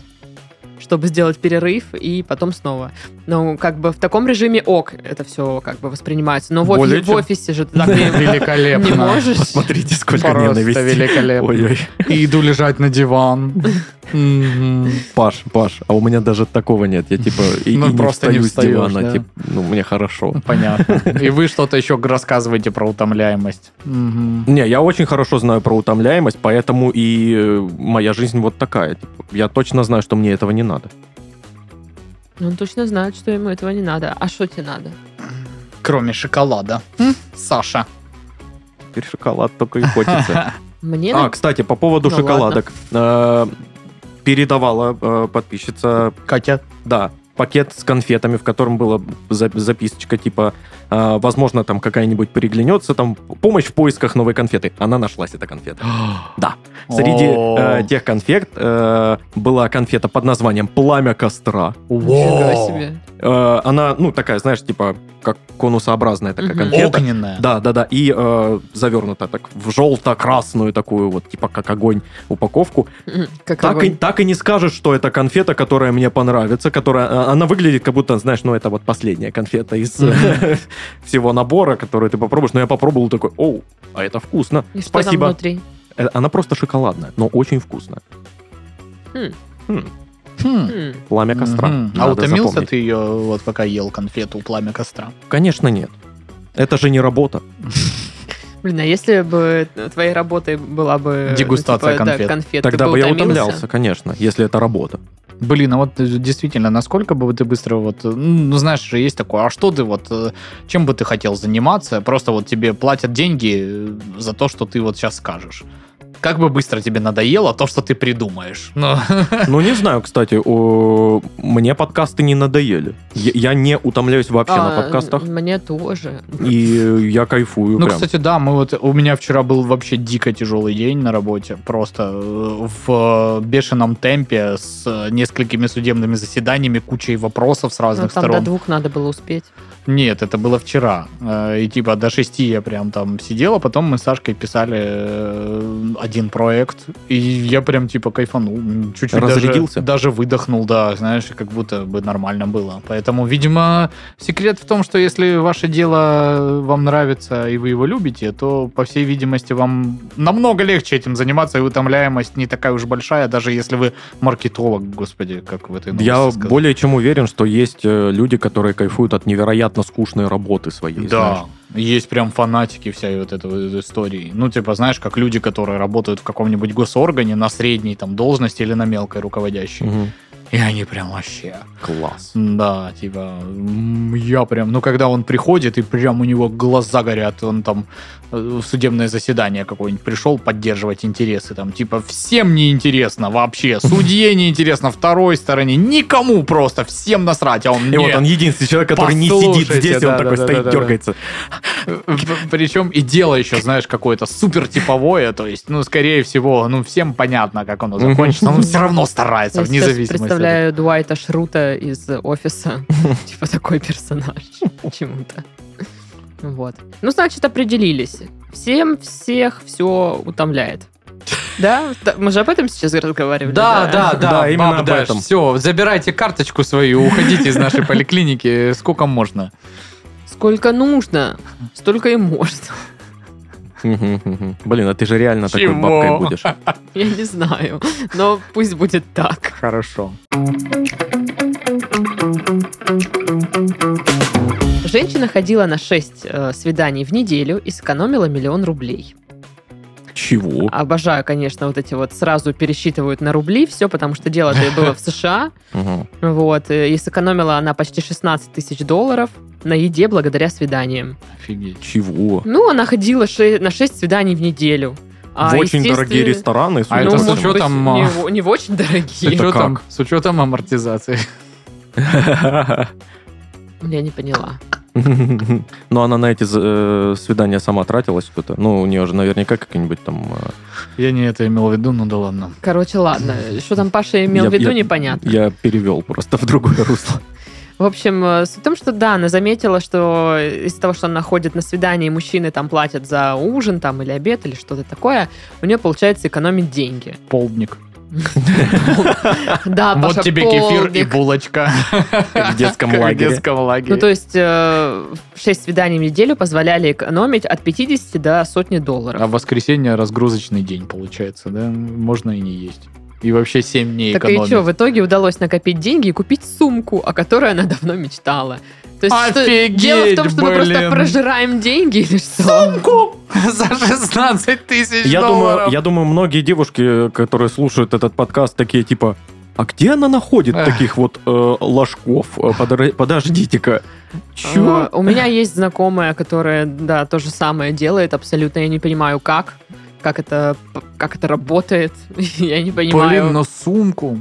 чтобы сделать перерыв и потом снова. Ну, как бы в таком режиме ок это все как бы воспринимается. Но в, офи- Более в чем. офисе же ты так не- Великолепно. не можешь. Посмотрите, сколько Просто ненависти. великолепно. Ой-ой. И иду лежать на диван. Мгм. Паш, Паш, а у меня даже такого нет. Я типа и, Ну, и не просто не встаю с встаешь, дивана. да. Типа, ну, мне хорошо. Понятно. И вы что-то еще рассказываете про утомляемость. Мгм. Не, я очень хорошо знаю про утомляемость, поэтому и э, моя жизнь вот такая. Типа, Я точно знаю, что мне этого не надо. Ну, Он точно знает, что ему этого не надо. А что тебе надо? Кроме шоколада. М, Саша. Теперь шоколад только и хочется. Мне А, на- кстати, по поводу Ну, шоколадок. Э, Передавала э, подписчица, Катя. да, пакет с конфетами, в котором была за- записочка типа, э, возможно, там какая-нибудь переглянется, там помощь в поисках новой конфеты. Она нашлась, эта конфета. Да. Среди О. э, тех конфет э, была конфета под названием «Пламя костра». Нифига Во. себе. Э, она, ну, такая, знаешь, типа, как конусообразная такая Мгм. конфета. Огненная. Да, да, да. И э, завернута так в желто-красную такую, вот, типа, как огонь упаковку. М, Как Так и, огонь. так и не скажешь, что это конфета, которая мне понравится, которая... э, Она выглядит, как будто, знаешь, ну, это вот последняя конфета из э, всего набора, которую ты попробуешь. Но я попробовал такой, оу, а это вкусно. И что там Спасибо. внутри? Э, Она просто шоколадная, но очень вкусная. Хм. М. Пламя костра. Мгм. А Надо утомился запомнить. ты ее, вот пока ел конфету у пламя костра? Конечно, нет. Это же не работа. Блин, а если бы твоей работой была бы... Дегустация типа, да, конфет. конфет, ты Тогда бы бы я утомился? утомлялся, конечно, если это работа. Блин, а вот э, действительно, насколько бы ты быстро вот, э, ну знаешь, же есть такое, а что ты вот, э, чем бы ты хотел заниматься? Просто вот тебе платят деньги э, за то, что ты вот сейчас скажешь. Как бы быстро тебе надоело то, что ты придумаешь. Ну, Ну, не знаю, кстати, о, мне подкасты не надоели. Я, я не утомляюсь вообще на А, ну, подкастах. Мне тоже. И э, я кайфую Ну, прям. кстати, да, мы вот у меня вчера был вообще дико тяжелый день на работе, просто э, в э, бешеном темпе с э, несколькими судебными заседаниями, кучей вопросов с Ну, разных там сторон. до двух надо было успеть. Нет, это было вчера. Э, И типа до шести я прям там сидела, потом мы с Сашкой писали э, один проект, и я прям типа кайфанул. М, Чуть-чуть даже- Разрядился? Даже, выдохнул, да, знаешь, как будто бы нормально было. Поэтому, видимо, секрет в том, что если ваше дело вам нравится и вы его любите, то, по всей видимости, вам намного легче этим заниматься, и утомляемость не такая уж большая, даже если вы маркетолог, господи, как в этой новости Я сказали. более чем уверен, что есть э, люди, которые кайфуют от невероятно скучной работы своей. знаешь. Да, есть прям фанатики всей вот этой вот истории. Ну, типа, знаешь, как люди, которые работают в каком-нибудь госоргане на средней там должности или на мелкой руководящей. Мгм. И они прям вообще... Класс. Да, типа, м, я прям... Ну, когда он приходит, и прям у него глаза горят, он там э, в судебное заседание какое-нибудь пришел поддерживать интересы, там, типа, всем неинтересно вообще, судье неинтересно, второй стороне, никому просто, всем насрать, а он И вот он мне. единственный человек, который не сидит Послушайте, здесь, и он да, такой да, стоит, да, да, дергается. Причем и дело еще, знаешь, какое-то супер типовое, то есть, ну, скорее всего, ну, всем понятно, как оно Мгм. закончится, но он все равно старается, Я А, вне сейчас зависимости. от представляю Дуайта Шрута из офиса. Типа такой персонаж. Почему-то. Вот. Ну, значит, определились. Всем всех все утомляет. Да? Т- Мы же об этом сейчас разговаривали. Да, да, да, Да, именно об этом. Все, забирайте карточку свою, уходите из нашей поликлиники, сколько можно. Сколько нужно, столько и можно. Мгм, мгм. Блин, а ты же реально такой Чего? бабкой будешь. Я не знаю. Но пусть будет так. Хорошо. Женщина ходила на 6 свиданий в неделю и сэкономила миллион рублей. Чего? Обожаю, конечно, вот эти вот сразу пересчитывают на рубли все, потому что дело-то и было в США. Мгм. Вот, э, и сэкономила она почти 16 тысяч долларов на еде благодаря свиданиям. Офигеть. Чего? Ну, она ходила ше- на 6 свиданий в неделю. А, В очень естественно- дорогие рестораны. А Ну, это с может что? быть, учетом, не, а. в- не в очень С дорогие. Это учетом, как? с учетом амортизации. Я не поняла. Ну, она на эти э, свидания сама тратилась кто-то. Ну, у нее же наверняка какие-нибудь там... э, Я не это имел в виду, ну да ладно. Короче, ладно. Что там Паша имел я- в виду, я- непонятно. Я перевел просто в другое русло. В общем, э, суть в том, что да, она заметила, что из-за того, что она ходит на свидание, и мужчины там платят за ужин там или обед или что-то такое, у нее получается экономить деньги. Полдник. Да, А Паша, вот тебе кефир и полдник. булочка. Как в детском Как в лагере. детском Ну, то лагере. есть, 6 свиданий в неделю позволяли экономить от 50 до сотни долларов. А в воскресенье разгрузочный день получается, да? Можно и не есть. И вообще 7 дней так и экономить. что, в итоге удалось накопить деньги и купить сумку, о которой она давно мечтала. То есть, что- Офигеть, дело в том, что мы просто блин. прожираем деньги или что? Сумку за 16 тысяч Я думаю, долларов. я думаю, многие девушки, э, которые слушают этот подкаст, такие типа... А где она находит Эх. таких вот э, ложков? Э, подор- Подождите-ка. Э, Чё? У меня есть знакомая, которая, да, то же самое делает абсолютно. Я не понимаю, как. Как это, как это работает, я не понимаю. Блин, но сумку.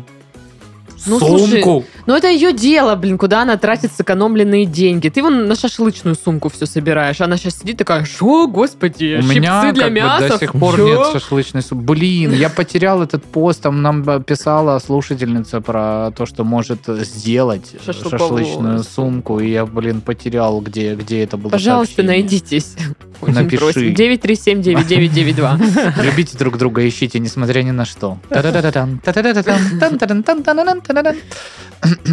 Ну, слушай, сумку. Ну, это ее дело, блин, куда она тратит сэкономленные деньги. Ты вон на шашлычную сумку все собираешь. Она сейчас сидит такая, шо, господи, У щипцы меня для как бы мяса. до сих пор Чё?» нет шашлычной сумки. Блин, я потерял этот пост. Там нам б- писала слушательница про то, что может сделать э, Шашлыковую шашлычную сумку. сумку. И я, блин, потерял, где, где это было Пожалуйста, сообщение. найдитесь. Очень Напиши. просим. 937-9992. Любите друг друга, ищите, несмотря ни на что. Та-да-да-да-дам, та-да-да-да-дам, тан-таран-тан, та-да-дам, та-да-дам.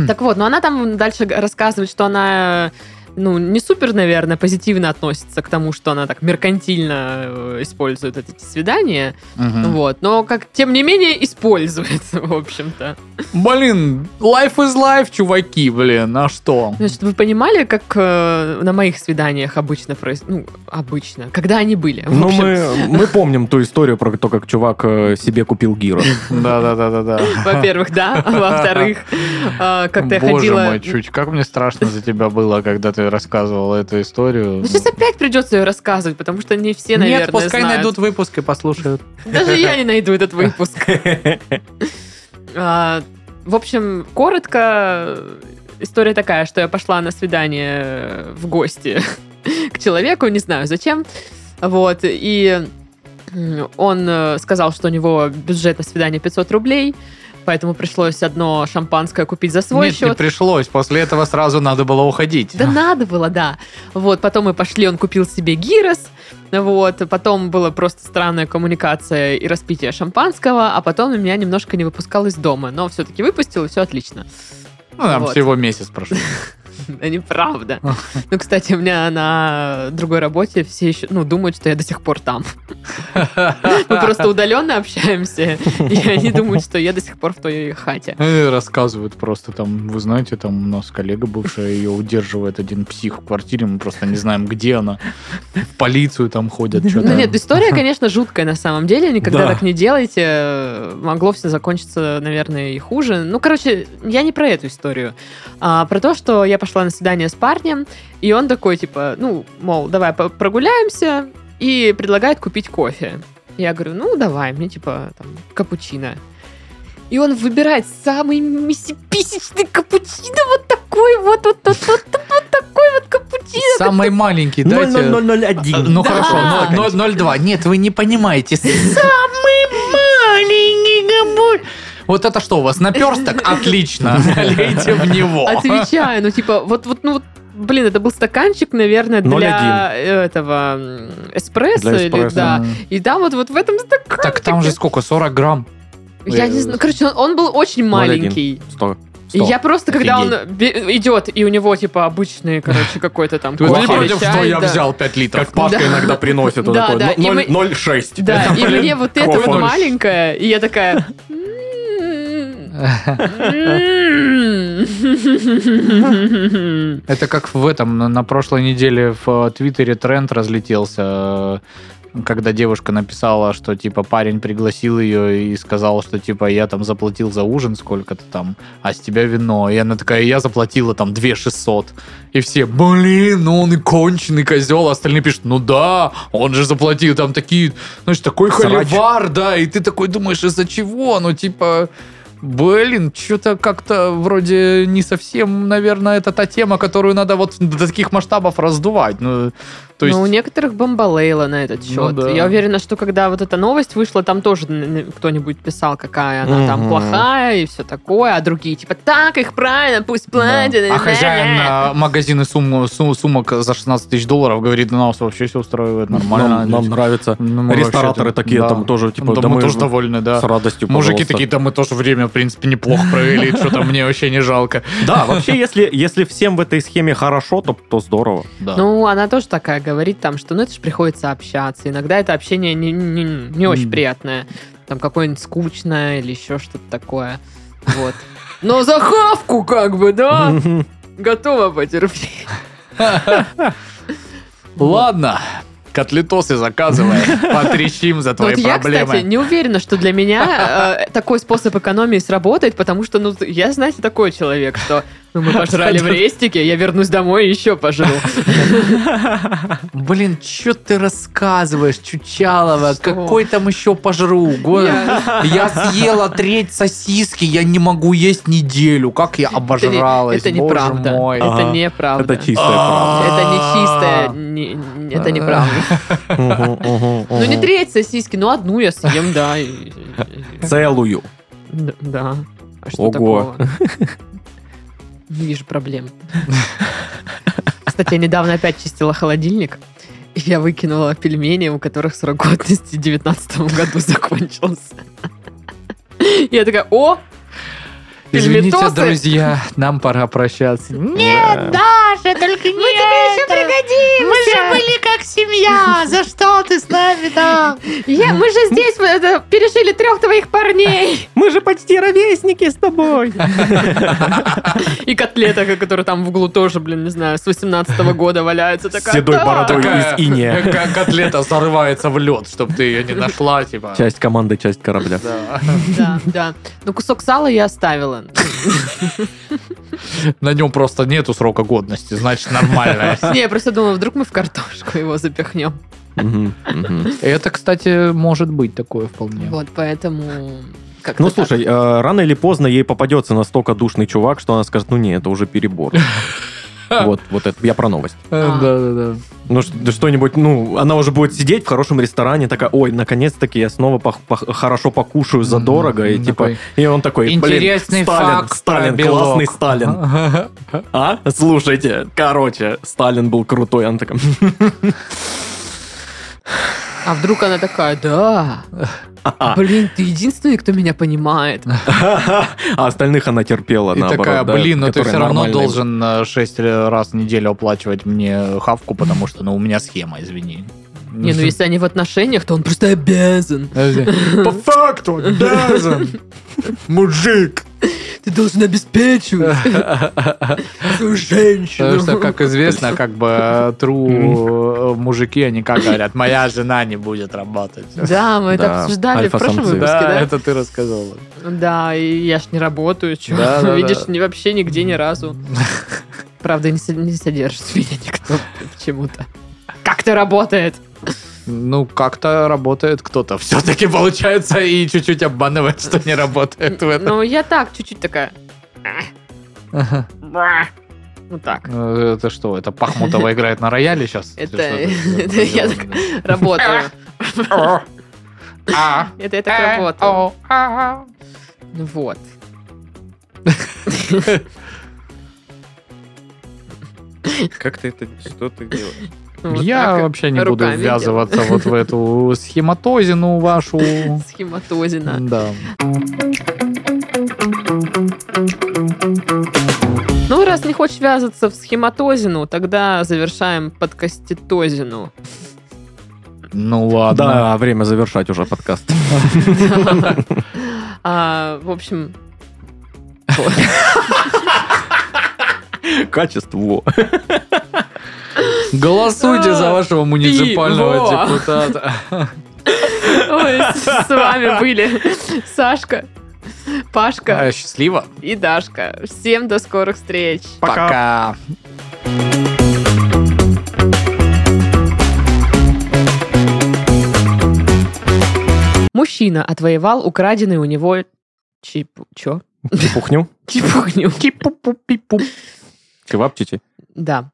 Так вот, но она там дальше г- рассказывает, что она э, ну, не супер, наверное, позитивно относится к тому, что она так меркантильно э, использует эти свидания. Мгм. Вот. Но, как, тем не менее, использует, в общем-то. Блин, life is life, чуваки, блин, а что? Ну, чтобы вы понимали, как э, на моих свиданиях обычно происходит. Ну, обычно. Когда они были. в Ну, общем. мы, мы помним ту историю про то, как чувак э, себе купил гиро. Да-да-да-да-да. Во-первых, да. А Во-вторых, э, как-то я Боже ходила... мой, чуть, как мне страшно за тебя было, когда ты рассказывала эту историю. Ну, сейчас опять придется ее рассказывать, потому что не все, наверное, Нет, пускай знают. найдут выпуск и послушают. Даже я не найду этот выпуск. А, В общем, коротко, история такая, что я пошла на свидание в гости к человеку, не знаю зачем. Вот, и м, он э, сказал, что у него бюджет на свидание 500 рублей, поэтому пришлось одно шампанское купить за свой Нет, не счет. пришлось. После этого сразу надо было уходить. Да надо было, да. Вот, потом мы пошли, он купил себе гирос, вот, потом была просто странная коммуникация и распитие шампанского, а потом он меня немножко не выпускал из дома, но все-таки выпустил, и все отлично. Ну, нам вот. всего месяц прошел. Да неправда. Ну, кстати, у меня на другой работе все еще, ну, думают, что я до сих пор там. Мы просто удаленно общаемся, и они думают, что я до сих пор в той хате. Э, Рассказывают просто там, вы знаете, там у нас коллега бывшая, ее удерживает один псих в квартире, мы просто не знаем, где она. В полицию там ходят, что-то. Ну нет, история, конечно, жуткая на самом деле. Никогда Да. так не делайте. Могло все закончиться, наверное, и хуже. Ну, короче, я не про эту историю. А про то, что я пошла на свидание с парнем, и он такой, типа, ну, мол, давай по- прогуляемся. и предлагает купить кофе. Я говорю, ну давай, мне типа там, капучино. И он выбирает самый мисиписечный капучино, вот такой вот, вот, вот, вот, вот, вот такой вот капучино. Самый маленький, дайте... Ну Да. хорошо, но- но 0,2. Нет, вы не понимаете. Самый маленький капучино. Вот это что у вас, наперсток? Отлично, налейте в него. Отвечаю, ну типа, вот, вот, ну вот, блин, это был стаканчик, наверное, для 0,1. этого м, эспрессо, Для или эспрессо. да. И там вот, вот в этом стаканчике. Так там же сколько, 40 грамм? Я не знаю, короче, он, он был очень 0,1. маленький. Сто. И я просто, когда Офигеть. он бе- идет, и у него, типа, обычный, короче, какой-то там Ты не кофе или против, чай, что я да. взял 5 литров? Как Пашка ну Да. иногда приносит. он Да, такой, да, и «Ну, мы- ноль- 0,6. Да, Это, и блин, мне вот это вот кофе. маленькое, и я такая... «М, м». Это как в этом, на- на прошлой неделе в э, Твиттере тренд разлетелся, э, когда девушка написала, что типа парень пригласил ее и сказал, что типа я там заплатил за ужин сколько-то там, а с тебя вино. И она такая, я заплатила там 2 600. И все, блин, ну он и конченый козел. А Остальные пишут, ну да, он же заплатил там такие, значит, такой Срач. холивар, да. И ты такой думаешь, из-за чего? Ну типа... Блин, что-то как-то вроде не совсем, наверное, это та тема, которую надо вот до таких масштабов раздувать. Ну, то есть, Но Ну у некоторых бомбалейла на этот счет. да. Я уверена, что когда вот эта новость вышла, там тоже н- н- кто-нибудь писал, какая она там Мгм. плохая и все такое, а другие типа, так, их правильно, пусть да. платят. А хозяин а, магазина сум- су- сумок за 16 тысяч долларов говорит, ну нас вообще все устраивает нормально. Нам нам нравится. Ну, мы Рестораторы вообще-то- такие да. там тоже, типа, Да, да мы мы типа, тоже довольны, да. с радостью, Мужики пожалуйста. такие, да мы тоже время, в принципе, неплохо провели, что-то мне вообще не жалко. Да, вообще, если, если всем в этой схеме хорошо, то, то здорово. Да. Ну, она тоже такая говорит там, что ну это же приходится общаться. Иногда это общение не, не- не очень Мгм. приятное. Там какое-нибудь скучное или еще что-то такое. Вот. Но захавку как бы, да? Мгм. Готова потерпеть. Ладно, котлетосы заказывай, потрещим за Но твои Ну, вот я, проблемы. кстати, не уверена, что для меня э, такой способ экономии сработает, потому что, ну, я, знаете, такой человек, что ну, мы пожрали в рестике, я вернусь домой и еще пожру. Блин, что ты рассказываешь, Чучалова? Что? Какой там еще пожру? Го- Я- Я съела треть сосиски, я не могу есть неделю. Как я обожралась, Это боже неправда. мой. Это Ага. неправда. Это чистая правда. Это не чистая, А. не- не- это неправда. Мгм, мгм, Ну, не мгм. треть сосиски, ну, одну я съем, да. и- и- и- Целую. Д- Да. А что Ого. такого? Не вижу проблем. Кстати, я недавно опять чистила холодильник. И я выкинула пельмени, у которых срок годности в 19 году закончился. Я такая, о, А, Извините, Пельметосы? друзья, нам пора прощаться. Нет, Даша, только не Мы тебе еще пригодимся. Мы же были как семья. За что ты с нами там? я- мы же здесь вот это, пережили трех твоих парней. Мы же почти ровесники с тобой. И котлета, которая там в углу тоже, блин, не знаю, с 18 года валяется. С такая, седой «Да». бородой Такая- из иния. Как котлета зарывается в лед, чтобы ты ее не нашла, типа. Часть команды, часть корабля. Да. Да, да. Но кусок сала я оставила. На нем просто нету срока годности, значит нормально. Не, я просто думала, вдруг мы в картошку его запихнем. Мгм, мгм. Это, кстати, может быть такое вполне. Вот, поэтому... как-то Ну, так. слушай, э, рано или поздно ей попадется настолько душный чувак, что она скажет, ну, не, это уже перебор. Вот, вот это, я про новость. Э, А. Да-да-да. Ну, ш- да что-нибудь, ну, она уже будет сидеть в хорошем ресторане, такая, ой, наконец-таки я снова пох- пох- хорошо покушаю за Мгм, дорого, и такой, типа, и он такой, блин, Интересный Сталин, факт Сталин, про белок». классный Сталин. А? Слушайте, короче, Сталин был крутой, она такая, А вдруг она такая, да, блин, ты единственный, кто меня понимает. а остальных она терпела, И наоборот. такая, да, блин, ну ты которые все равно нормальные. должен 6 раз в неделю оплачивать мне хавку, потому что, ну, у меня схема, извини. Не, ну если они в отношениях, то он просто обязан. По факту, обязан. Мужик. Ты должен обеспечивать свою Потому что, женщину. как известно, как бы тру мужики, они как говорят, моя жена не будет работать. Да, мы это Да, обсуждали в прошлом альфа-самцы. выпуске, Да, да? это ты рассказала. Да, и я ж не работаю, чё. Да, да, да. Видишь, ни- вообще нигде ни разу. Правда, не, со- не содержит меня никто почему-то. Как это работает? Ну, как-то работает кто-то. Все-таки получается и чуть-чуть обманывает, что не работает в этом. Ну, я так, чуть-чуть такая. Ага. Вот Ну так. Э, Это что, это Пахмутова играет на рояле сейчас? Это- это я так- Работаю. А, Это я э, так работаю. Вот. Как ты это, что ты делаешь? Ну, Вот Я так вообще не буду руками ввязываться вот в эту схематозину вашу. Схематозина. Да. Ну, раз не хочешь вязаться в схематозину, тогда завершаем подкаститозину. Ну ладно. Да, время завершать уже подкаст. А, В общем, Качество. Голосуйте за вашего муниципального А, Пиво. депутата. ой, с с вами были Сашка, Пашка Э, Счастливо. и Дашка. Всем до скорых встреч. Пока. Мужчина отвоевал украденный у него чип... Чё? Пухню. Чипухню. Пи-пу-пи-пу. Чевапчичи. Да.